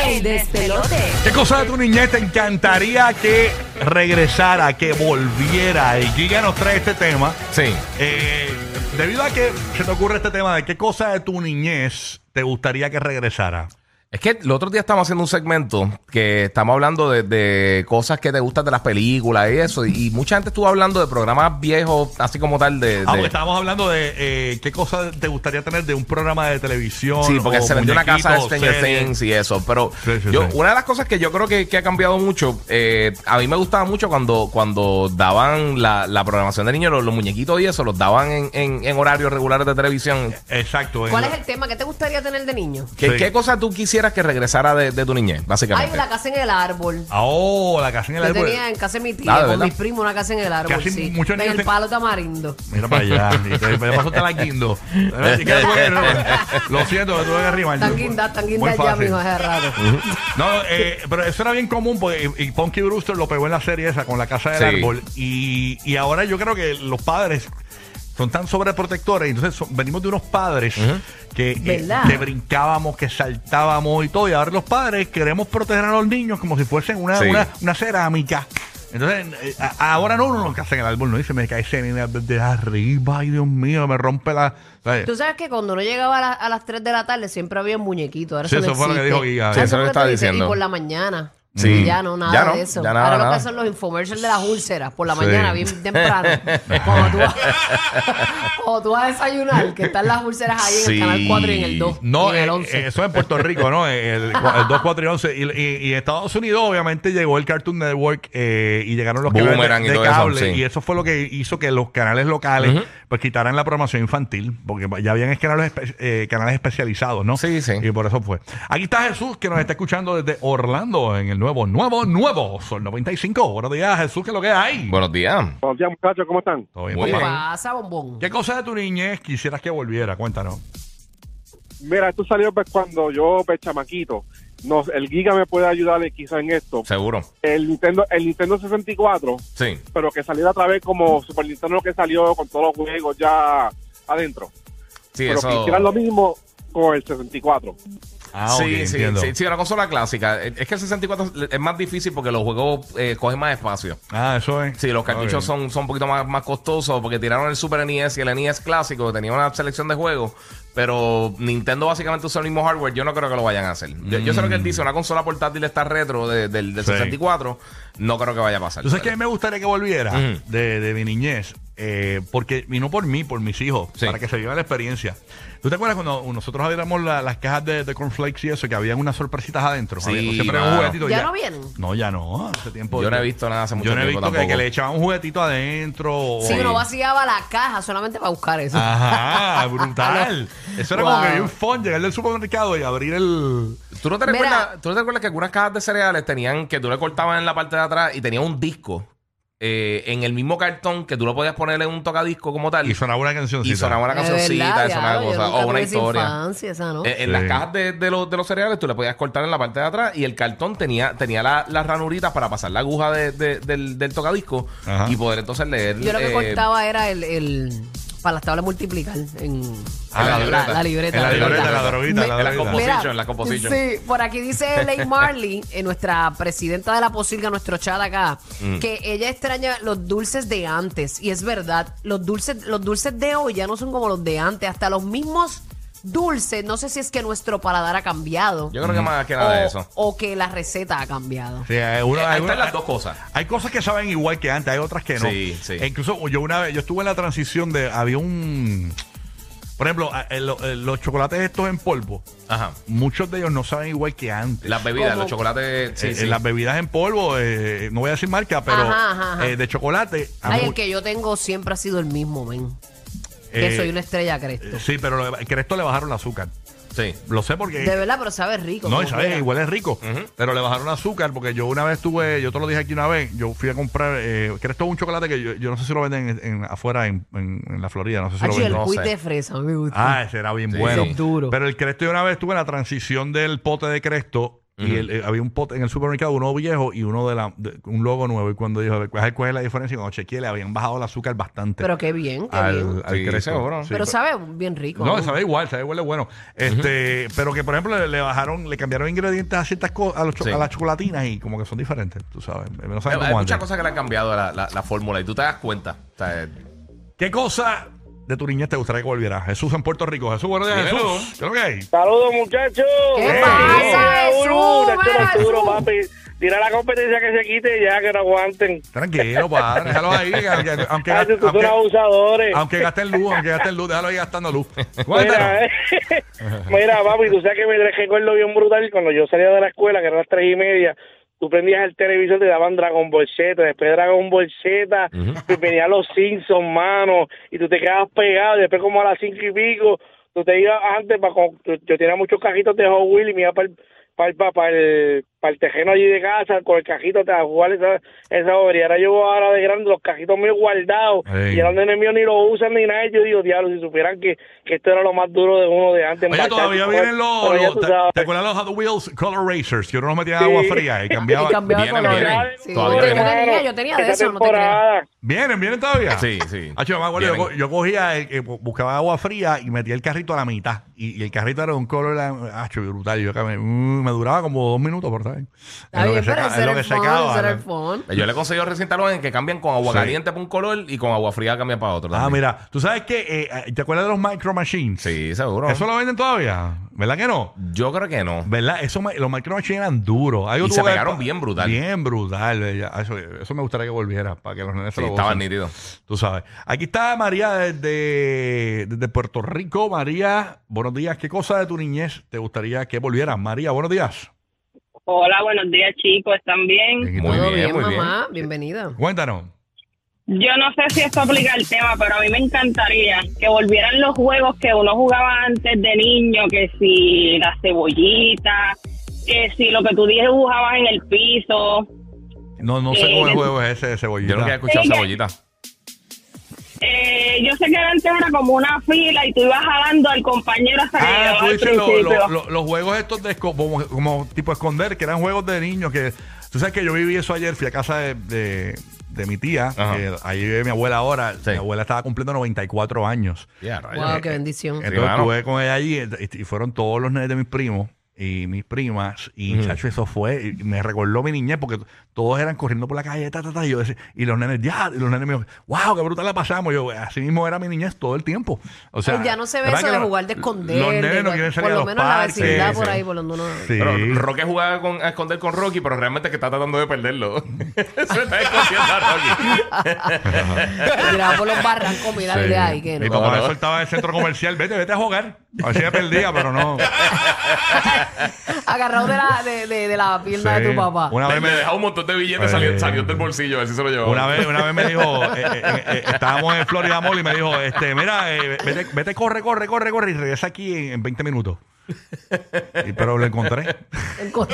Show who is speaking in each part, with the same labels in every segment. Speaker 1: El despelote.
Speaker 2: ¿Qué cosa de tu niñez te encantaría que regresara, que volviera? Y Giga nos trae este tema.
Speaker 3: Sí.
Speaker 2: Eh, debido a que se te ocurre este tema de qué cosa de tu niñez te gustaría que regresara. Ah,
Speaker 3: Es que el otro día estábamos haciendo un segmento que estamos hablando de, de cosas que te gustan de las películas y eso. Y, y mucha gente estuvo hablando de programas viejos, así como tal de.
Speaker 2: Ah,
Speaker 3: de-
Speaker 2: porque estábamos hablando de eh, qué cosa te gustaría tener de un programa de televisión.
Speaker 3: Sí, porque
Speaker 2: o
Speaker 3: se vendió una casa de
Speaker 2: muñequitos,
Speaker 3: Stranger
Speaker 2: series.
Speaker 3: Things y eso. Pero
Speaker 2: Sí, sí,
Speaker 3: yo,
Speaker 2: sí.
Speaker 3: una de las cosas que yo creo que, que ha cambiado mucho, eh, a mí me gustaba mucho cuando, cuando daban la, la programación de niños, los, los muñequitos y eso, los daban en, en, en horarios regulares de televisión.
Speaker 2: Exacto. en
Speaker 1: ¿Cuál
Speaker 2: la-
Speaker 1: es el tema que te gustaría tener de niño?
Speaker 3: ¿Qué,
Speaker 2: Sí.
Speaker 3: qué cosa tú quisieras que regresara de, de tu niñez,
Speaker 1: Hay
Speaker 3: básicamente?
Speaker 1: una casa en el árbol.
Speaker 2: Ah, Oh, la casa en el
Speaker 1: Yo
Speaker 2: árbol.
Speaker 1: tenía en casa de mi tía,
Speaker 3: Ah, ¿de
Speaker 1: con
Speaker 3: verdad?
Speaker 1: mis primos, una casa en el árbol.
Speaker 2: Casi
Speaker 1: sí.
Speaker 2: muchos
Speaker 1: en
Speaker 2: niños
Speaker 1: el
Speaker 2: ten-
Speaker 1: palo tamarindo.
Speaker 2: Mira para allá, Nito, y me pasó talaguindo. Lo siento, me tuve que arrimar.
Speaker 1: Tan guinda, tan guinda
Speaker 2: Muy
Speaker 1: ya,
Speaker 2: fácil.
Speaker 1: mijo, es raro.
Speaker 2: No, eh, pero eso era bien común, porque y Punky Brewster lo pegó en la serie esa con la casa del
Speaker 3: Sí.
Speaker 2: árbol. Y, y ahora yo creo que los padres son tan sobreprotectores, entonces son- venimos de unos padres que, eh,
Speaker 1: ¿Verdad?
Speaker 2: que brincábamos, que saltábamos y todo. Y ahora los padres queremos proteger a los niños como si fuesen una,
Speaker 3: Sí.
Speaker 2: una, una cerámica. Entonces, eh, a- ahora no, no, no, que hacen el árbol, no dice, me cae ese nene de arriba, ay Dios mío, me rompe la. ¿sabes?
Speaker 1: Tú sabes que cuando no llegaba a, la- a las 3 de la tarde siempre había un muñequito. Ahora
Speaker 2: Sí,
Speaker 1: eso, no
Speaker 2: eso fue lo que
Speaker 1: existe.
Speaker 2: dijo Giga.
Speaker 1: ¿Sabes
Speaker 2: Sí,
Speaker 3: eso
Speaker 1: lo
Speaker 3: es lo que
Speaker 1: que
Speaker 3: estaba
Speaker 1: te dicen?
Speaker 3: diciendo.
Speaker 1: Y por la mañana.
Speaker 3: Sí.
Speaker 1: Y Ya no, nada
Speaker 3: Ya no,
Speaker 1: de eso.
Speaker 3: ya nada,
Speaker 1: Ahora lo que
Speaker 3: nada.
Speaker 1: son los infomercials de las úlceras por la
Speaker 2: Sí.
Speaker 1: mañana, bien temprano. cuando, tú vas, cuando tú vas a desayunar, que están las úlceras ahí en el
Speaker 3: Sí.
Speaker 1: canal 4 y en el 2.
Speaker 2: No,
Speaker 1: y en el
Speaker 2: eh,
Speaker 1: 11.
Speaker 2: eh, eso en Puerto Rico, ¿no? El, el 2, 4 y 11. Y, y- y Estados Unidos, obviamente, llegó el Cartoon Network eh, y llegaron los canales
Speaker 3: Boomerang
Speaker 2: de,
Speaker 3: y
Speaker 2: de
Speaker 3: todo eso,
Speaker 2: cable.
Speaker 3: sí.
Speaker 2: Y eso fue lo que hizo que los canales locales
Speaker 3: Ujú.
Speaker 2: pues quitaran la programación infantil, porque ya habían es- canales, espe- eh, canales especializados, ¿no?
Speaker 3: Sí, sí.
Speaker 2: Y por eso fue. Aquí está Jesús, que nos está escuchando desde Orlando, en el nuevo, nuevo, nuevo Sol 95. Buenos días, Jesús, que lo que hay.
Speaker 3: Buenos días.
Speaker 4: Buenos días, muchachos, ¿cómo están?
Speaker 2: Todo bien,
Speaker 3: Muy
Speaker 1: ¿Qué
Speaker 2: papá.
Speaker 3: bien.
Speaker 1: pasa, bombón?
Speaker 2: ¿Qué cosa de tu niñez quisieras que volviera? Cuéntanos.
Speaker 4: Mira, esto salió pues cuando yo, pues, chamaquito. Nos, el Giga me puede ayudar eh, quizá en esto.
Speaker 3: Seguro.
Speaker 4: El Nintendo, el Nintendo 64,
Speaker 3: Sí.
Speaker 4: pero que salió otra vez como Super Nintendo que salió con todos los juegos ya adentro.
Speaker 3: Sí,
Speaker 4: pero
Speaker 3: eso.
Speaker 4: quisieran lo mismo con el 64.
Speaker 2: Ah,
Speaker 3: sí,
Speaker 2: ok,
Speaker 3: sí,
Speaker 2: entiendo.
Speaker 3: sí, sí, una consola clásica. Es que el 64 es más difícil porque los juegos eh, cogen más espacio.
Speaker 2: Ah, eso es.
Speaker 3: Sí, los cartuchos
Speaker 2: Ok.
Speaker 3: son, son un poquito más, más costosos porque tiraron el Super NES y el NES clásico que tenía una selección de juegos. Pero Nintendo básicamente usa el mismo hardware. Yo no creo que lo vayan a hacer. Yo, yo sé lo que él dice, una consola portátil está retro de- del, del
Speaker 2: Mm. Sí.
Speaker 3: 64. No creo que vaya a pasar.
Speaker 2: Entonces, que a mí me gustaría que volviera
Speaker 3: Ujú.
Speaker 2: de, de mi niñez, eh, porque y no por mí, por mis hijos,
Speaker 3: Sí.
Speaker 2: para que se viva la experiencia. ¿Tú te acuerdas cuando nosotros abríamos la- las cajas de, de cornflakes y eso, que habían unas sorpresitas adentro?
Speaker 3: Sí,
Speaker 2: Había- siempre
Speaker 3: mano.
Speaker 2: un juguetito.
Speaker 1: ¿Ya no vienen?
Speaker 2: No, ya no. Hace tiempo.
Speaker 3: Yo no he visto nada hace mucho
Speaker 2: Yo no he
Speaker 3: tiempo
Speaker 2: visto que,
Speaker 3: tampoco.
Speaker 2: que le echaban un juguetito adentro. o-
Speaker 1: Si uno vaciaba la caja solamente para buscar eso.
Speaker 3: Ah,
Speaker 2: Ajá, brutal. Eso era como
Speaker 1: Wow.
Speaker 2: que bien fun, llegar del supermercado y abrir el.
Speaker 3: ¿Tú no, te
Speaker 1: Mira.
Speaker 3: recuerdas, ¿Tú no te recuerdas que algunas cajas de cereales tenían que tú le cortabas en la parte de atrás y tenía un disco eh, en el mismo cartón que tú lo podías ponerle en un tocadisco como tal?
Speaker 2: Y
Speaker 3: Y,
Speaker 2: sonaba una cancioncita.
Speaker 3: sonaba una
Speaker 1: De verdad,
Speaker 3: cancioncita, y
Speaker 1: ya,
Speaker 3: sonaba
Speaker 1: yo
Speaker 3: cosa,
Speaker 1: nunca
Speaker 3: o
Speaker 1: tuve
Speaker 3: una
Speaker 1: esa
Speaker 3: historia.
Speaker 1: infancia, esa, ¿no?
Speaker 3: Eh, En,
Speaker 2: Sí.
Speaker 3: las cajas de, de los, de los cereales tú le podías cortar en la parte de atrás y el cartón tenía, tenía la- las ranuritas para pasar la aguja de- de- del, del tocadisco
Speaker 2: Ajá.
Speaker 3: y poder entonces leer.
Speaker 1: Yo lo que
Speaker 3: eh,
Speaker 1: cortaba era el, el para las tablas multiplicar en
Speaker 3: Ah, la libreta.
Speaker 1: La, libreta.
Speaker 3: En
Speaker 2: La
Speaker 3: la
Speaker 2: libreta, la droguita,
Speaker 1: Me-
Speaker 2: la
Speaker 3: la
Speaker 2: droguita.
Speaker 3: composición. la composition.
Speaker 1: Sí, por aquí dice Leigh Marley, eh, nuestra presidenta de la posilga, nuestro chat acá,
Speaker 3: Mm.
Speaker 1: que ella extraña los dulces de antes. Y es verdad, los dulces, los dulces de hoy ya no son como los de antes. Hasta los mismos dulces. No sé si es que nuestro paladar ha cambiado.
Speaker 3: Yo creo que más que nada
Speaker 1: o,
Speaker 3: de eso.
Speaker 1: o que la receta ha cambiado.
Speaker 2: Sí, hay uno-
Speaker 3: Eh,
Speaker 2: hay
Speaker 3: ahí
Speaker 2: uno-
Speaker 3: están las dos cosas.
Speaker 2: Hay cosas que saben igual que antes, hay otras que no.
Speaker 3: Sí, sí.
Speaker 2: E incluso yo una vez, yo estuve en la transición de, había un, por ejemplo, a- eh, lo- eh, los chocolates estos en polvo,
Speaker 3: Ajá.
Speaker 2: muchos de ellos no saben igual que antes.
Speaker 3: Las bebidas,
Speaker 1: Como-
Speaker 3: los chocolates. Sí,
Speaker 2: Eh,
Speaker 3: sí.
Speaker 2: eh, Las bebidas en polvo, eh, no voy a decir marca, pero
Speaker 1: Ajá, ajá, ajá.
Speaker 2: eh, de chocolate. a
Speaker 1: Ay,
Speaker 2: mu-
Speaker 1: el que yo tengo siempre ha sido el mismo, men. Que
Speaker 2: eh,
Speaker 1: soy una estrella cresto.
Speaker 2: eh, Sí, pero lo- que esto le bajaron el azúcar.
Speaker 3: sí.
Speaker 2: Lo sé porque...
Speaker 1: de verdad, pero sabe rico.
Speaker 2: eh, No,
Speaker 1: como
Speaker 2: y sabes,
Speaker 1: quiera.
Speaker 2: igual es rico. Pero le bajaron azúcar porque yo una vez tuve, yo te lo dije aquí una vez, yo fui a comprar, eh, que esto es un chocolate que yo, yo no sé si lo venden en- en- afuera en, en- en la Florida, no sé si
Speaker 1: Ah,
Speaker 2: lo
Speaker 1: sí, el
Speaker 2: venden.
Speaker 3: no
Speaker 1: cuit
Speaker 3: sé.
Speaker 1: de fresa, me gusta.
Speaker 2: Ah, ese era bien
Speaker 3: Sí,
Speaker 2: bueno.
Speaker 3: sí.
Speaker 1: Duro.
Speaker 2: Pero el Cresto yo una vez tuve la transición del pote de Cresto y el- eh, había un pote en el supermercado, uno viejo y uno de, la, de- un logo nuevo. Y cuando dijo, ¿cuál es- cuál es la diferencia? Y cuando chequeé, le habían bajado el azúcar bastante
Speaker 1: pero qué bien, qué bien.
Speaker 2: al, al
Speaker 3: Sí,
Speaker 2: Cresto.
Speaker 3: seguro.
Speaker 2: Sí,
Speaker 1: pero sabe bien rico.
Speaker 2: no, sabe igual, sabe igual, es bueno. Este, pero que por ejemplo le, le bajaron, le cambiaron ingredientes a ciertas cosas, a, los cho-
Speaker 3: Sí.
Speaker 2: a las chocolatinas y como que son diferentes, tú sabes. No
Speaker 3: Eh, Hay,
Speaker 2: saben
Speaker 3: hay
Speaker 2: cómo
Speaker 3: muchas
Speaker 2: antes.
Speaker 3: cosas que le han cambiado la, la, la fórmula y tú te das cuenta. O sea, eh,
Speaker 2: ¿Qué cosa de tu niñez te gustaría que volviera? Jesús en Puerto Rico. Jesús, buenos días,
Speaker 3: Dímelo.
Speaker 2: Jesús. ¿Qué es lo que hay?
Speaker 5: Saludos muchachos.
Speaker 1: ¿Qué
Speaker 5: Eh,
Speaker 1: pasa, Jesús?
Speaker 5: Uru, de hecho,
Speaker 1: Mira,
Speaker 5: lo juro,
Speaker 1: Jesús.
Speaker 5: papi. Tira la competencia que se quite ya, que no aguanten.
Speaker 2: Tranquilo, padre, déjalo ahí. que- que- Aunque,
Speaker 5: Ah, si tú son
Speaker 2: aunque,
Speaker 5: abusadores.
Speaker 2: aunque gasten luz, aunque gasten luz, déjalo ahí gastando luz.
Speaker 5: eh. Mira,
Speaker 2: Cuéntanos.
Speaker 5: eh, mira, papi, tú sabes que me recuerdo bien brutal cuando yo salía de la escuela, que eran las tres y media. Tú prendías el televisor, te daban Dragon Ball Z, después Dragon Ball Z, pues venían los Simpsons, mano, y tú te quedabas pegado, y después como a las cinco y pico, tú te ibas antes, para con- tú- yo tenía muchos cajitos de Hot Wheels y me iba para el, para el, para el, para el tejeno allí de casa, con el cajito te jugar esa, esa obra. Y ahora yo ahora de grande, los cajitos míos guardados,
Speaker 2: Ey.
Speaker 5: y ahora no míos ni lo usan ni nada. y Yo digo, diablo, si supieran que, que esto era lo más duro de uno de antes.
Speaker 2: Oye,
Speaker 5: marchar,
Speaker 2: todavía
Speaker 5: pero-
Speaker 2: vienen los.
Speaker 5: pero ya
Speaker 2: los-
Speaker 5: tú
Speaker 2: ¿te,
Speaker 5: sabes.
Speaker 2: te acuerdas los Hot Wheels Color Racers? Que uno los metía en agua
Speaker 5: Sí.
Speaker 2: fría y
Speaker 1: Y
Speaker 2: cambiaba.
Speaker 1: cambiaba
Speaker 3: Vienen,
Speaker 1: color.
Speaker 3: vienen.
Speaker 1: Sí,
Speaker 3: Todavía
Speaker 1: yo
Speaker 3: vienen.
Speaker 1: tenía, yo tenía de
Speaker 5: Esta
Speaker 1: eso, no te creas.
Speaker 5: temporada,
Speaker 2: ¿Vienen? ¿Vienen todavía?
Speaker 3: Sí, sí.
Speaker 2: Ah, yo me acuerdo, yo,
Speaker 3: Vienen.
Speaker 2: co- yo cogía, el- eh, bu- buscaba agua fría y metía el carrito a la mitad. Y, y el carrito era de un color, ah, brutal. Yo acabé- mm, me duraba como dos minutos por tal.
Speaker 1: Está bien, pero ese era el phone, ese era el phone.
Speaker 3: Yo le he conseguido recién talones que cambian con agua
Speaker 2: Sí.
Speaker 3: caliente para un color y con agua fría cambian para otro.
Speaker 2: Ah,
Speaker 3: también.
Speaker 2: mira, tú sabes que, eh, ¿te acuerdas de los Micro Machines?
Speaker 3: Sí, seguro.
Speaker 2: Eso lo venden todavía, ¿verdad que no?
Speaker 3: Yo creo que no.
Speaker 2: ¿Verdad? Eso, me- los Micro Machines eran duros. Algo
Speaker 3: Y
Speaker 2: tuvo
Speaker 3: se
Speaker 2: que haber
Speaker 3: pegaron
Speaker 2: pa-
Speaker 3: bien brutal.
Speaker 2: Bien brutal. bella. Ah, Eso, eso me gustaría que volviera, para que los nenes se
Speaker 3: Sí,
Speaker 2: lo
Speaker 3: estaban
Speaker 2: gocen.
Speaker 3: nítidos.
Speaker 2: Tú sabes. Aquí está María desde, desde Puerto Rico. María, buenos días. ¿Qué cosa de tu niñez te gustaría que volviera? María, buenos días.
Speaker 6: Hola, buenos días chicos, ¿están bien?
Speaker 2: Bien, ¿y tú?
Speaker 3: Muy
Speaker 1: Todo
Speaker 3: bien,
Speaker 1: bien,
Speaker 3: muy bien.
Speaker 1: mamá. Bienvenida.
Speaker 2: Cuéntanos.
Speaker 6: Yo no sé si esto aplica al tema, pero a mí me encantaría que volvieran los juegos que uno jugaba antes de niño, que si la cebollita, que si lo que tú dibujabas en el piso.
Speaker 2: No, no sé cómo el
Speaker 6: Eh,
Speaker 2: juego es ese de cebollita.
Speaker 3: Yo nunca he escuchado
Speaker 6: Sí, ya-
Speaker 3: cebollita.
Speaker 6: Eh, yo sé que antes era como una fila y tú ibas jalando al compañero hasta que
Speaker 2: Ah,
Speaker 6: llegaba
Speaker 2: tú
Speaker 6: al
Speaker 2: dices lo-
Speaker 6: principio.
Speaker 2: lo- lo- los juegos estos de esco- como, como tipo esconder, que eran juegos de niños que... Tú sabes que yo viví eso ayer, fui a casa de, de- de mi tía,
Speaker 3: Ajá.
Speaker 2: que ahí vive mi abuela ahora.
Speaker 3: Sí.
Speaker 2: Mi abuela estaba cumpliendo 94 años.
Speaker 3: Ya, rayos.
Speaker 1: Wow, qué bendición.
Speaker 2: Entonces
Speaker 3: claro.
Speaker 2: estuve con ella allí eh, y, y fueron todos los nenes de mis primos y mis primas. Y chacho, eso fue, y me recordó mi niñez porque todos eran corriendo por la calle, ta, ta, ta, y, yo decía- y los nenes, ya, y los nenes me dijeron, wow, qué brutal la pasamos. Yo, así mismo era mi niñez todo el tiempo. O sea,
Speaker 1: Ay, Pues ya no se ve
Speaker 2: ¿verdad
Speaker 1: eso
Speaker 2: que
Speaker 1: de
Speaker 2: lo-
Speaker 1: jugar de esconder.
Speaker 2: Los nenes
Speaker 1: de-
Speaker 2: no quieren salir
Speaker 1: por
Speaker 2: a
Speaker 1: lo
Speaker 2: los
Speaker 1: menos
Speaker 2: parques.
Speaker 1: la vecindad
Speaker 2: Sí,
Speaker 1: por
Speaker 2: sí.
Speaker 1: ahí, por donde uno.
Speaker 2: Sí.
Speaker 3: Pero Roque jugaba con, a esconder con Rocky, pero realmente que está tratando de perderlo. Se está escondiendo a Rocky.
Speaker 1: Tiraba por los barrancos, mira,
Speaker 2: Sí.
Speaker 1: de ahí, que
Speaker 2: Mi
Speaker 1: no.
Speaker 2: papá
Speaker 3: No,
Speaker 2: me
Speaker 3: no.
Speaker 2: soltaba del centro comercial, vete, vete a jugar. Así me perdía, pero no.
Speaker 1: Agarrado de la, de, de, de la pierna
Speaker 2: Sí.
Speaker 1: de tu papá.
Speaker 2: Una
Speaker 3: Le,
Speaker 2: vez
Speaker 3: le
Speaker 2: me,
Speaker 3: dejaba un montón de billetes,
Speaker 2: Eh.
Speaker 3: salió, salió del bolsillo, a ver si se lo llevaba.
Speaker 2: una vez, una vez me dijo, eh, eh, eh, eh, estábamos en Florida Mall y me dijo, este, mira, eh, vete, vete, corre, corre, corre, corre y regresa aquí en, en 20 minutos. Y- pero lo encontré.
Speaker 1: El co-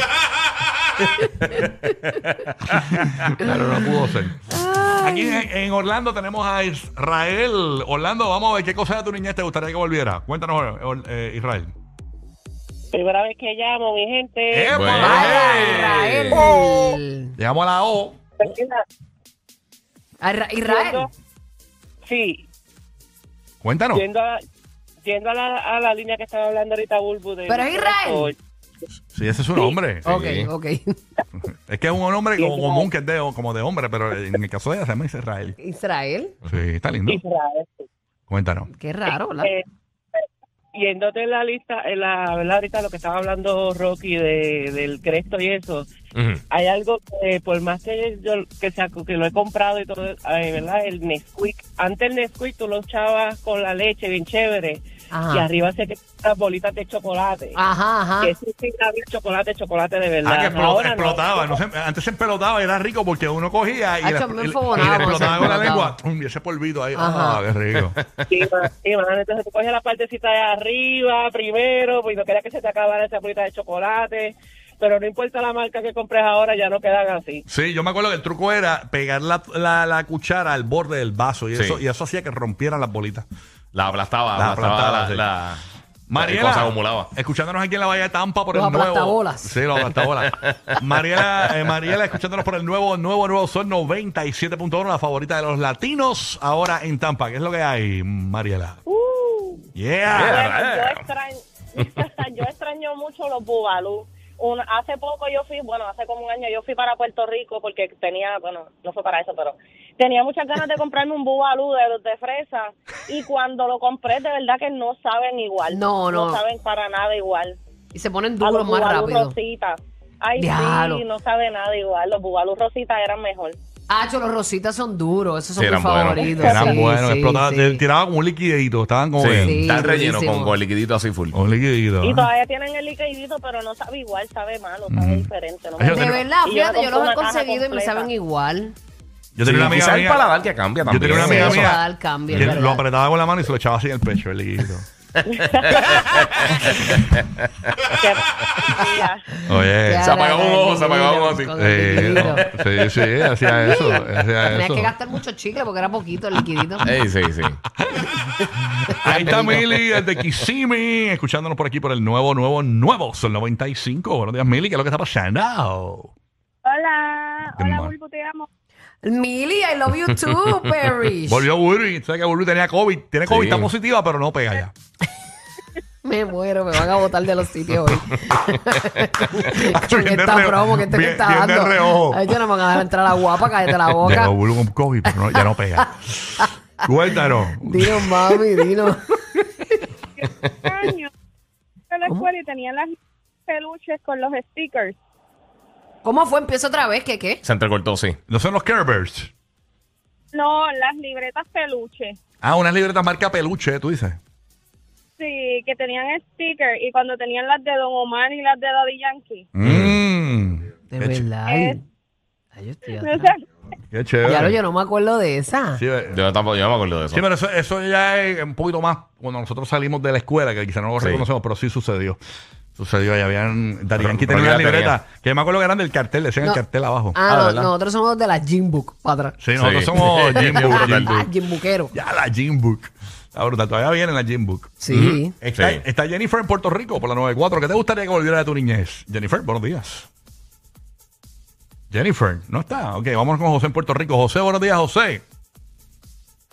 Speaker 2: Claro, no pudo ser. Aquí en, en Orlando tenemos a Israel. Orlando, vamos a ver qué cosa de tu niñez te gustaría que volviera. Cuéntanos, Or- eh, Israel.
Speaker 5: Primera vez que llamo, mi gente.
Speaker 2: ¡Epa!
Speaker 3: bueno.
Speaker 1: pues, Vaya, Israel.
Speaker 2: Llegamos a la O.
Speaker 1: Ah, Ra- Israel.
Speaker 5: Sí,
Speaker 2: Cuéntanos.
Speaker 5: yendo a, yendo a, la, a la línea que estaba hablando ahorita Bulbu. De
Speaker 1: Pero es Israel.
Speaker 2: Sí, ese es su nombre.
Speaker 1: Ok,
Speaker 3: Sí.
Speaker 1: ok.
Speaker 2: Es que es un nombre como
Speaker 5: Sí,
Speaker 2: común, que es de, como de hombre, pero en el caso de ella se llama Israel.
Speaker 1: Israel.
Speaker 2: Sí, está lindo.
Speaker 5: Israel.
Speaker 2: Cuéntanos.
Speaker 7: Eh,
Speaker 1: Qué raro, ¿verdad?
Speaker 5: Eh,
Speaker 7: yéndote en la lista, en la, ¿verdad? Ahorita lo que estaba hablando Rocky de, del Cresto y eso,
Speaker 3: Ujú.
Speaker 7: hay algo que por más que yo que, sea- que lo he comprado y todo, ay, ¿verdad? El Nesquik. Antes el Nesquik tú lo echabas con la leche bien chévere
Speaker 1: Ajá. Ah.
Speaker 7: y arriba se te las bolitas de chocolate.
Speaker 1: Ajá, ajá.
Speaker 7: Que eso sí había chocolate, chocolate de verdad.
Speaker 2: Ah, que explo-
Speaker 7: Ahora no.
Speaker 2: explotaba. no se- antes se pelotaba y era rico porque uno cogía y,
Speaker 1: Hacho,
Speaker 2: la-
Speaker 1: me
Speaker 2: y- y le
Speaker 1: enfogonaba,
Speaker 2: explotaba
Speaker 1: se
Speaker 2: con la
Speaker 1: explotaba.
Speaker 2: lengua. ¡tum! Y ese polvito ahí.
Speaker 1: Ajá.
Speaker 2: Ah, qué rico.
Speaker 7: Sí, ma- sí, mano, entonces tú cogías la partecita de arriba primero, pues no quería que se te acabara esa bolita de chocolate, pero no importa la marca que compres ahora, ya no quedan así.
Speaker 2: Sí, yo me acuerdo que el truco era pegar la, la- la cuchara al borde del vaso y,
Speaker 3: Sí.
Speaker 2: eso, y eso hacía que rompieran las bolitas.
Speaker 3: La aplastaba,
Speaker 2: La
Speaker 3: aplastaba
Speaker 2: aplastaba,
Speaker 3: la-
Speaker 2: sí.
Speaker 3: la- la cosa
Speaker 2: Mariela,
Speaker 3: acumulaba.
Speaker 2: escuchándonos aquí en la Bahía de Tampa por
Speaker 1: Los
Speaker 2: el nuevo.
Speaker 1: aplastabolas.
Speaker 2: Sí, los aplastabolas. Mariela, eh, Mariela, escuchándonos por el nuevo, nuevo, nuevo Sol 97.1, la favorita de los latinos ahora en Tampa. ¿Qué es lo que hay, Mariela?
Speaker 7: Uh,
Speaker 2: Yeah.
Speaker 7: bueno, yo, extraño, yo extraño mucho los bubalú. Un- hace poco yo fui, bueno, hace como un año yo fui para Puerto Rico porque tenía, bueno, no fue para eso, pero tenía muchas ganas de comprarme un bubalú de los de fresa y cuando lo compré de verdad que no saben igual.
Speaker 1: No, no.
Speaker 7: No saben para nada igual.
Speaker 1: Y se ponen
Speaker 7: A
Speaker 1: duros
Speaker 7: los
Speaker 1: más
Speaker 7: bubalú
Speaker 1: rápido.
Speaker 7: Rositas. Ay,
Speaker 1: Diablo.
Speaker 7: sí, no sabe nada igual. Los bubalú rositas eran mejor.
Speaker 1: Hacho, los rositas son duros. Esos son
Speaker 3: Sí,
Speaker 1: mis
Speaker 3: eran buenos.
Speaker 1: favoritos.
Speaker 2: Eran
Speaker 1: sí,
Speaker 2: buenos,
Speaker 1: sí,
Speaker 2: explotaban,
Speaker 1: sí.
Speaker 2: te tiraban como un liquidito, estaban como bien.
Speaker 3: Sí, tan relleno
Speaker 1: buenísimo.
Speaker 3: con, con liquidito así full.
Speaker 2: Un liquidito.
Speaker 7: Y
Speaker 2: ¿eh?
Speaker 7: todavía tienen el liquidito, pero no sabe igual, sabe malo, sabe diferente. No
Speaker 2: Ay, yo
Speaker 7: me-
Speaker 1: De
Speaker 2: tengo-
Speaker 1: verdad,
Speaker 7: Y yo
Speaker 1: fíjate,
Speaker 7: me
Speaker 1: yo los he
Speaker 7: compré una caja
Speaker 1: conseguido y me
Speaker 7: completa.
Speaker 1: saben
Speaker 2: Yo
Speaker 1: igual.
Speaker 3: Sí,
Speaker 2: tenía una
Speaker 3: quizás
Speaker 2: amiga
Speaker 3: el
Speaker 2: mía-
Speaker 3: paladar que cambia
Speaker 2: Yo
Speaker 3: también.
Speaker 2: tenía una
Speaker 1: Sí,
Speaker 2: amiga
Speaker 1: eso
Speaker 2: mía.
Speaker 1: va a dar cambio, es
Speaker 2: que
Speaker 1: verdad.
Speaker 2: lo apretaba con la mano y se lo echaba así en el pecho, el liquidito. Oye.
Speaker 3: se apagó un ojo, se apagó un ojo así.
Speaker 1: Con el
Speaker 2: Eh,
Speaker 1: liquidito.
Speaker 2: sí, sí, hacía eso. Hacía
Speaker 1: Tenías
Speaker 2: eso.
Speaker 1: que gastar mucho chicle porque era poquito el liquidito.
Speaker 3: Ey, sí, sí.
Speaker 2: Ahí está Mili desde Kissimmee, escuchándonos por aquí por el nuevo, nuevo, nuevo Sol 95. Buenos días, Mili, ¿qué es lo que está pasando?
Speaker 7: Hola,
Speaker 2: Qué hola, mal.
Speaker 7: Bulbo, te amo.
Speaker 1: Millie, I love you too, Parrish.
Speaker 2: Volvió Burry, sabes que Burry tenía COVID, tiene COVID,
Speaker 3: Sí.
Speaker 2: está positiva, pero no pega ya.
Speaker 1: Me muero, me van a botar de los sitios hoy.
Speaker 2: Bien de
Speaker 1: esta
Speaker 2: reo-
Speaker 1: promo que este
Speaker 2: bien-
Speaker 1: me está
Speaker 2: bien de
Speaker 1: dando.
Speaker 2: reojo.
Speaker 1: Ay, yo no me van a dejar entrar a la guapa, cállate la boca.
Speaker 2: Llegó Burry con COVID, pero no- ya no pega. Cuéntanos.
Speaker 1: Dino, mami, dino.
Speaker 7: Años en la escuela y tenían las peluches con los stickers.
Speaker 1: ¿Cómo fue? Empiezo otra vez, ¿qué qué?
Speaker 3: Se entrecortó, sí.
Speaker 2: No son los Care Bears.
Speaker 7: No, las libretas peluches.
Speaker 2: Ah, unas libretas marca peluche, tú dices.
Speaker 7: Sí, que tenían stickers. Y cuando tenían las de Don Omar y las de Daddy Yankee.
Speaker 3: Mm.
Speaker 2: Mmm.
Speaker 1: De
Speaker 2: Qué ch-
Speaker 1: verdad. Ay, ay, yo estoy
Speaker 7: No
Speaker 1: atrás.
Speaker 7: sé,
Speaker 2: Qué
Speaker 1: Ya lo,
Speaker 2: chévere.
Speaker 1: yo no me acuerdo de esa.
Speaker 2: Sí, eh,
Speaker 3: Yo tampoco, yo no me acuerdo de eso.
Speaker 2: Sí, pero eso, eso ya es un poquito más cuando nosotros salimos de la escuela, que quizá no lo
Speaker 3: Sí.
Speaker 2: reconocemos, pero sí sucedió. Sucedió, y habían.
Speaker 3: Ro-
Speaker 2: Darían que tenía una
Speaker 3: Rocky la
Speaker 2: libreta, que yo me acuerdo que eran del cartel, le decían
Speaker 1: No.
Speaker 2: el cartel abajo.
Speaker 3: Ah,
Speaker 1: Ah, no,
Speaker 3: ¿verdad?
Speaker 1: nosotros somos los de la gym book, para atrás.
Speaker 2: Sí, nosotros
Speaker 3: Sí.
Speaker 2: somos Jim Book.
Speaker 3: Brutal.
Speaker 2: Jim
Speaker 1: Ah,
Speaker 2: Book.
Speaker 1: gym bookero.
Speaker 2: Ya la Jim Book. La brutal, todavía viene la Jim Book.
Speaker 1: Sí.
Speaker 2: Está,
Speaker 3: Sí.
Speaker 2: está Jennifer en Puerto Rico por la 94. ¿Qué te gustaría que volviera de tu niñez? Jennifer, buenos días. Jennifer, no está. Ok, vamos con José en Puerto Rico. José, buenos días, José.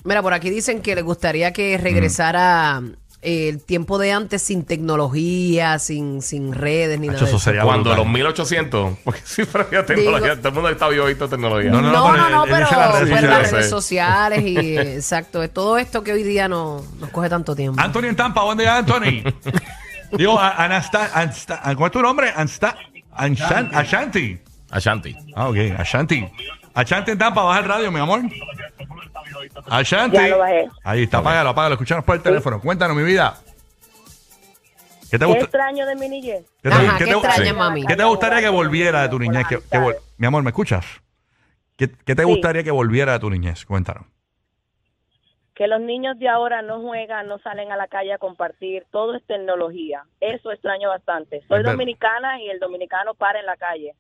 Speaker 1: Mira, por aquí dicen que les gustaría que regresara eh, el tiempo de antes sin tecnología, sin, sin redes ni nada.
Speaker 2: Hacho,
Speaker 1: de
Speaker 2: eso
Speaker 1: eso.
Speaker 2: sería
Speaker 3: Cuando
Speaker 2: brutal.
Speaker 3: los 1800, porque siempre había tecnología,
Speaker 1: Digo-
Speaker 3: todo el mundo está vivo visto tecnología.
Speaker 2: No,
Speaker 1: No,
Speaker 2: no,
Speaker 1: no,
Speaker 2: no,
Speaker 1: no,
Speaker 2: pero él- él dice
Speaker 1: pero,
Speaker 2: las redes
Speaker 1: pero
Speaker 3: sociales.
Speaker 1: las redes
Speaker 3: Sí.
Speaker 1: sociales y exacto, es todo esto que hoy día no, nos coge tanto tiempo.
Speaker 2: Anthony en Tampa, buen día, Anthony. Digo, a- Anasta, Anasta, ¿cuál es tu nombre? Anasta, Anshan- Ashanti.
Speaker 3: Ashanti.
Speaker 2: Ah, ok, Ashanti. Ashanti en Tampa, baja el radio, mi amor. Ashanti.
Speaker 7: Ya lo bajé.
Speaker 2: Ahí está, apágalo, apágalo, escuchanos por el teléfono. Cuéntanos, mi vida. ¿Qué te
Speaker 7: qué
Speaker 2: gusta?
Speaker 7: extraño de mi niñez.
Speaker 2: ¿Qué te,
Speaker 1: Ajá,
Speaker 2: qué
Speaker 1: qué
Speaker 2: te-
Speaker 1: extraña,
Speaker 2: sí.
Speaker 1: mami.
Speaker 2: ¿Qué te gustaría que volviera de tu niñez? Que- que vol- mi amor, ¿me escuchas? ¿Qué, qué te
Speaker 7: Sí.
Speaker 2: gustaría que volviera de tu niñez? Cuéntanos.
Speaker 7: que los niños de ahora no juegan, no salen a la calle a compartir, todo es tecnología. Eso extraño bastante. Soy
Speaker 2: Es verdad.
Speaker 7: dominicana y el dominicano para en la calle.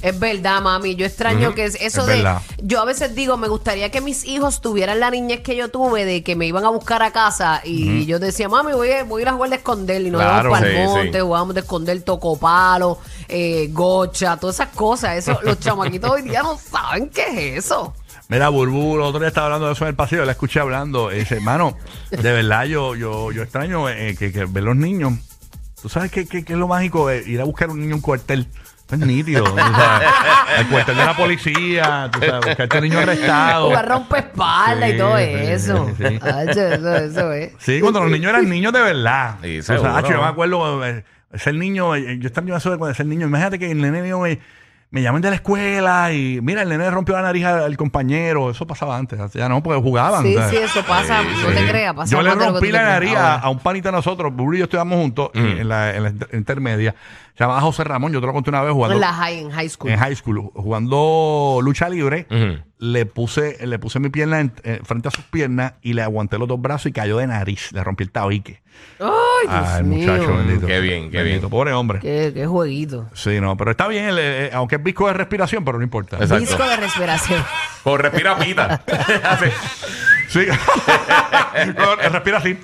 Speaker 1: Es verdad, mami. Yo extraño
Speaker 2: Ujú.
Speaker 1: que es- eso
Speaker 2: Es
Speaker 1: de.
Speaker 2: verdad.
Speaker 1: Yo a veces digo, me gustaría que mis hijos tuvieran la niñez que yo tuve, de que me iban a buscar a casa y yo decía, mami, voy a, voy a ir a jugar de esconder y nos
Speaker 2: Claro.
Speaker 1: vamos para
Speaker 3: Sí,
Speaker 1: el monte,
Speaker 3: sí.
Speaker 1: jugamos de esconder tocopalo, eh, gocha, todas esas cosas. Eso, los chamaquitos hoy día no saben qué es eso.
Speaker 2: Mira, Burbu, el otro día estaba hablando de eso en el pasillo, la escuché hablando. Y dice, hermano, de verdad yo, yo, eh, yo Eh, extraño eh, que, que ver los niños. Tú sabes que, que- que es lo mágico de ir a buscar un niño en un cuartel Es nítido. tú sabes. El cuartel de la policía, tú sabes, que este niño arrestado.
Speaker 1: Jugar rompe espalda y
Speaker 2: Sí,
Speaker 1: todo
Speaker 2: sí,
Speaker 1: eso.
Speaker 2: sí.
Speaker 1: Hacho, eso, eso es.
Speaker 2: Sí, cuando los niños eran niños de verdad.
Speaker 3: Sí,
Speaker 2: O sea,
Speaker 3: seguro.
Speaker 2: hacho, yo me acuerdo eh, ser niño, eh, yo estaba en eso de cuando ser niño. Imagínate que el nene mío me, me llaman de la escuela y mira, el nene rompió la nariz al, al compañero. Eso pasaba antes, o sea, ya no, porque jugaban.
Speaker 1: Sí,
Speaker 2: ¿sabes?
Speaker 1: sí, eso pasa. no te creas, pasa
Speaker 2: yo le
Speaker 1: más de lo que
Speaker 2: rompí
Speaker 1: tú
Speaker 2: la
Speaker 1: te
Speaker 2: nariz
Speaker 1: crees.
Speaker 2: a, a un panita de nosotros, Burro y yo estudiamos juntos
Speaker 3: Mm.
Speaker 2: y en, la, en la inter- intermedia. Se llamaba José Ramón, yo te lo conté una vez
Speaker 1: Ahora,
Speaker 2: jugando
Speaker 1: En la high, en high school.
Speaker 2: en high school, jugando lucha libre.
Speaker 3: Ujú.
Speaker 2: Le puse, le puse mi pierna en- eh, frente a sus piernas y le aguanté los dos brazos y cayó de nariz. Le rompí el tabique.
Speaker 1: Ay, Dios
Speaker 2: Ay,
Speaker 1: mío.
Speaker 2: muchacho, bendito.
Speaker 3: Qué bien, qué
Speaker 2: Bendito,
Speaker 3: bien.
Speaker 2: Pobre hombre.
Speaker 1: Qué, qué jueguito.
Speaker 2: Sí, no, pero está bien, el, eh, aunque es disco de respiración, pero no importa.
Speaker 3: Exacto.
Speaker 1: Disco de respiración.
Speaker 3: Con respira pita. Hace-
Speaker 2: Sí. No, Respira así.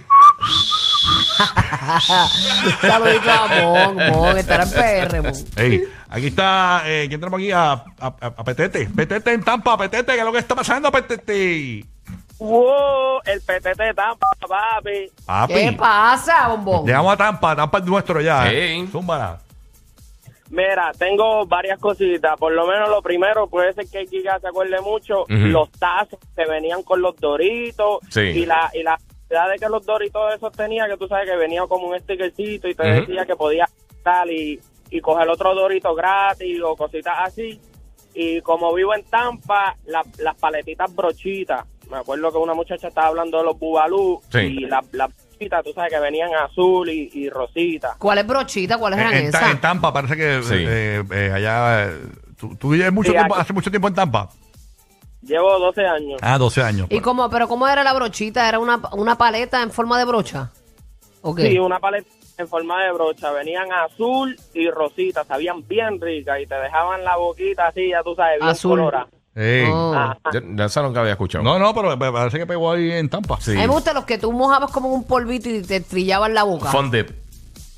Speaker 1: Saludito a Mon, Mon, estará en PR, Mon.
Speaker 2: Ey, aquí está, eh, ¿quién tenemos aquí? A, a- a- a Petete. Petete en Tampa, Petete, ¿qué es lo que está pasando, Petete?
Speaker 5: ¡Wow! El petete de Tampa, papi.
Speaker 2: Papi,
Speaker 1: ¿Qué pasa, bombón?
Speaker 2: llegamos a Tampa, Tampa es nuestro ya.
Speaker 3: Sí.
Speaker 2: Zúmbala.
Speaker 5: Mira, tengo varias cositas. Por lo menos lo primero, puede ser que Giga se acuerde mucho.
Speaker 3: Ujú.
Speaker 5: Los tazos que venían con los doritos.
Speaker 3: Sí.
Speaker 5: Y la y la cantidad de que los doritos esos tenía, que tú sabes que venía como un stickercito y te
Speaker 3: Ujú.
Speaker 5: decía que podías tal y, y coger otro dorito gratis o cositas así. Y como vivo en Tampa, la- las paletitas brochitas. Me acuerdo que una muchacha estaba hablando de los bubalú
Speaker 3: Sí.
Speaker 5: y las las brochitas, tú sabes que venían azul y, y rosita.
Speaker 1: ¿Cuál es brochita? ¿Cuáles eran
Speaker 2: En, en Ta-
Speaker 1: esas?
Speaker 2: en Tampa, parece que
Speaker 3: Sí.
Speaker 2: eh, eh, allá. eh, ¿Tú, tú vives mucho
Speaker 5: Sí,
Speaker 2: tiempo,
Speaker 5: aquí.
Speaker 2: hace mucho tiempo en Tampa?
Speaker 5: Llevo 12 años.
Speaker 2: Ah, 12 años.
Speaker 1: ¿Y cómo, pero cómo era la brochita? ¿Era una, una paleta en forma de brocha? ¿O qué?
Speaker 5: Sí, una paleta en forma de brocha. Venían azul y rosita, sabían bien ricas y te dejaban la boquita así, ya tú sabes, bien
Speaker 1: Azul.
Speaker 5: colorada.
Speaker 2: Ey.
Speaker 1: Oh.
Speaker 5: Ah,
Speaker 3: Yo, yo eso nunca había escuchado.
Speaker 2: No, no, pero pa- parece que pegó ahí en Tampa.
Speaker 3: Sí.
Speaker 1: A mí me gustan los que tú mojabas como en un polvito y te trillaban la boca.
Speaker 3: Fun dip.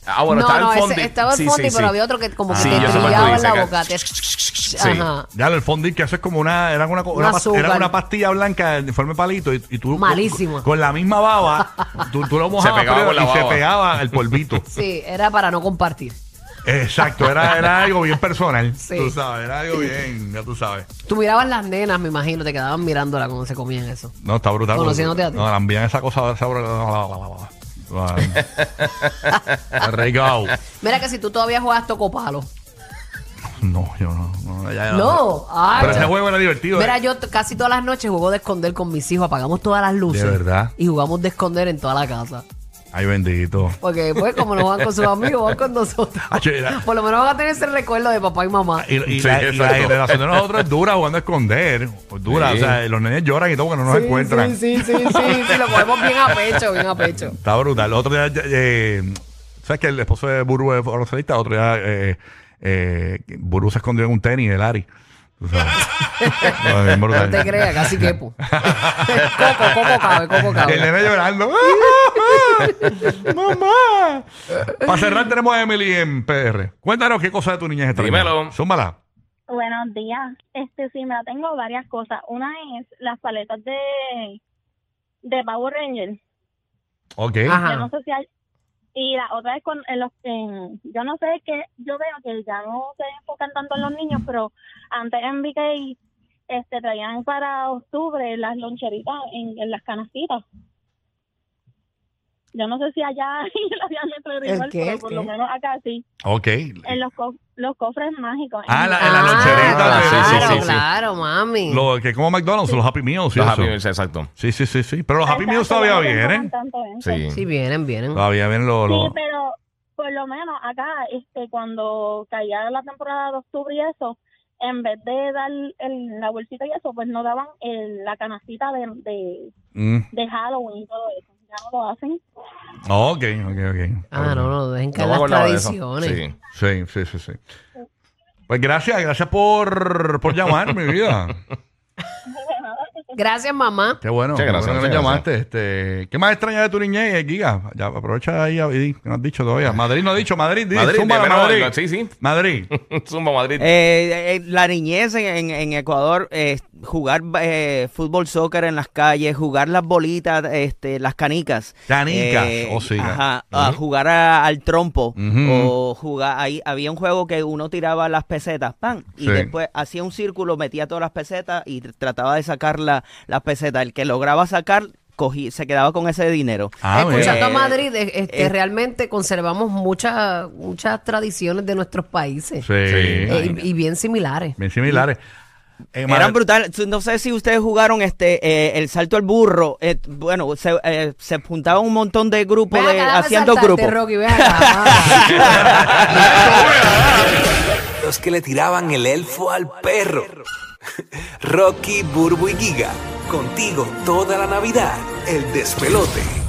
Speaker 3: Ah, bueno,
Speaker 1: no,
Speaker 3: estaba
Speaker 1: no,
Speaker 3: el fondip.
Speaker 1: ese, estaba el
Speaker 3: Sí,
Speaker 1: fondi,
Speaker 3: sí,
Speaker 1: pero
Speaker 3: sí.
Speaker 1: había otro que como que
Speaker 3: Ah,
Speaker 1: te
Speaker 3: sí, yo sé cuál tú
Speaker 1: trillaba
Speaker 3: dices,
Speaker 1: la
Speaker 3: que-
Speaker 1: boca. te- Ajá.
Speaker 2: Ya, el fondip que eso es como una, era una, co- una pas-
Speaker 1: Ah. azúcar.
Speaker 2: era una pastilla blanca de forma de palito y, y tú
Speaker 1: Malísimo.
Speaker 2: Con, con la misma baba, tú, tú lo mojabas
Speaker 3: pegaba
Speaker 2: pero-
Speaker 3: con la
Speaker 2: y se
Speaker 3: baba.
Speaker 2: pegaba el polvito.
Speaker 1: Sí, era para no compartir.
Speaker 2: Exacto, era, era algo bien personal.
Speaker 1: Sí.
Speaker 2: Tú sabes, era algo bien, ya tú sabes.
Speaker 1: Tú mirabas las nenas, me imagino, te quedaban mirándola cuando se comían eso.
Speaker 2: No, está brutal.
Speaker 1: Conociéndote a ti.
Speaker 2: No, la envían esa cosa esa- Arraigado.
Speaker 1: Mira que si tú todavía juegas tocopalo.
Speaker 2: No, yo no. No, ya- ya-
Speaker 1: No, ay,
Speaker 2: Ah, Pero ese
Speaker 1: yo-
Speaker 2: juego era divertido.
Speaker 1: Mira,
Speaker 2: eh.
Speaker 1: yo t- casi todas las noches juego de esconder con mis hijos, apagamos todas las luces.
Speaker 2: De verdad.
Speaker 1: Y jugamos de esconder en toda la casa.
Speaker 2: Ay, bendito.
Speaker 1: Porque pues como no van con sus amigos, van con nosotros.
Speaker 2: Ah, chera.
Speaker 1: Por lo menos van a tener ese recuerdo de papá y mamá.
Speaker 2: Y, y
Speaker 3: Sí,
Speaker 2: la, y la
Speaker 3: exacto.
Speaker 2: relación de nosotros es dura jugando a esconder. pues, Dura,
Speaker 3: Sí.
Speaker 2: o sea, los nenes lloran y todo porque no nos
Speaker 1: sí,
Speaker 2: encuentran.
Speaker 1: Sí, sí, sí, sí, sí, lo cogemos bien a pecho, bien a pecho.
Speaker 2: Está brutal. El otro día, eh, eh, ¿sabes que el esposo de Buru es baloncelista? El otro día, eh, eh, Buru se escondió en un tenis de Lari. Tú sabes. No, es brutal.
Speaker 1: No te creas, casi quepo. coco, coco cabe, coco
Speaker 2: El
Speaker 1: cabe.
Speaker 2: nene llorando. ¡Ah, ¡Mamá! ¡Mamá! Para cerrar, tenemos a Emily en PR. Cuéntanos qué cosa de tu niñez está
Speaker 3: Dímelo.
Speaker 2: Súmala.
Speaker 7: Buenos días. Este, sí, me tengo varias cosas. Una es las paletas de, de Power Ranger.
Speaker 2: Ok.
Speaker 7: Yo no
Speaker 1: Ajá.
Speaker 7: sé si hay... Y la otra es con en los en- yo no sé que yo veo que ya no se enfocan tanto en los niños, pero antes en BK este, traían para octubre las loncheritas en, en las canastitas. Yo no sé si allá las habían
Speaker 1: ¿El qué?
Speaker 7: pero
Speaker 1: ¿El
Speaker 7: por
Speaker 1: qué?
Speaker 7: lo menos acá sí,
Speaker 2: Ok.
Speaker 7: en los, co- los cofres mágicos.
Speaker 2: Ah,
Speaker 7: En-
Speaker 2: la- en la loncherita,
Speaker 1: Ah,
Speaker 2: sí,
Speaker 1: claro,
Speaker 2: sí, sí,
Speaker 3: sí.
Speaker 1: claro, mami.
Speaker 2: Lo que como McDonald's, los Happy Meals. y
Speaker 3: Los
Speaker 2: eso.
Speaker 3: Happy Meals, exacto.
Speaker 2: Sí, sí, sí, sí. Pero los Happy Meals
Speaker 7: Exacto,
Speaker 2: todavía
Speaker 7: ya no se
Speaker 2: vienen.
Speaker 7: enfocan tanto en eso.
Speaker 3: Sí.
Speaker 1: Sí, vienen, vienen.
Speaker 2: Todavía vienen los.
Speaker 7: Sí,
Speaker 2: los-
Speaker 7: pero por lo menos acá, este, cuando caía la temporada de octubre y eso, en vez de dar el- la bolsita y eso, pues no daban el- la canastita de, de,
Speaker 2: Mm.
Speaker 7: de Halloween y todo eso. Ya no lo hacen.
Speaker 2: Ok, ok, ok.
Speaker 1: Ah, no, no, dejen
Speaker 3: No
Speaker 1: caer
Speaker 3: me
Speaker 1: las
Speaker 3: acordaba de eso.
Speaker 1: tradiciones.
Speaker 3: Sí.
Speaker 2: Sí, sí, sí, sí. Pues gracias, gracias por, por llamar, mi vida.
Speaker 1: Gracias, mamá.
Speaker 2: Qué bueno,
Speaker 3: Muchas
Speaker 2: qué
Speaker 3: gracias,
Speaker 2: bueno que nos
Speaker 3: muchas
Speaker 2: llamaste. Este, ¿Qué más extraña de tu niñez, eh, Giga? Ya, aprovecha ahí y di, que no has dicho todavía. Madrid no ha dicho, Madrid, di,
Speaker 3: Madrid,
Speaker 2: zúmbala,
Speaker 3: dímelo,
Speaker 2: Madrid.
Speaker 3: no, sí, sí.
Speaker 2: Madrid.
Speaker 3: Zumba Madrid.
Speaker 8: Eh, eh, la niñez en, en- en Ecuador eh, jugar eh, fútbol, soccer en las calles, jugar las bolitas, este, las canicas. Eh,
Speaker 2: Canicas, oh, sí.
Speaker 8: Ajá,
Speaker 2: Ujú.
Speaker 8: a jugar a- al trompo
Speaker 2: Ujú.
Speaker 8: o jugar, ahí había un juego que uno tiraba las pesetas, pan, y
Speaker 2: Sí.
Speaker 8: después hacía un círculo, metía todas las pesetas y tr- trataba de sacar la- las pesetas. El que lograba sacar, cogí, se quedaba con ese dinero.
Speaker 2: Ah, mira.
Speaker 1: Escuchando a
Speaker 8: Eh,
Speaker 1: Madrid, eh, este,
Speaker 8: eh.
Speaker 1: realmente conservamos muchas muchas tradiciones de nuestros países.
Speaker 2: Sí.
Speaker 1: Eh, y, y bien similares.
Speaker 2: Bien similares. En
Speaker 8: Eran
Speaker 2: Madrid-
Speaker 8: brutales. No sé si ustedes jugaron este eh, el salto al burro. Eh, bueno, se, eh, se juntaban un montón de grupos
Speaker 1: Ven
Speaker 8: de,
Speaker 1: acá, dame
Speaker 8: haciendo
Speaker 1: saltarte,
Speaker 8: grupos.
Speaker 1: Rocky, ven acá, vamos.
Speaker 3: Los que le tiraban el elfo al perro. Rocky, Burbu y Giga. Contigo toda la Navidad. El despelote.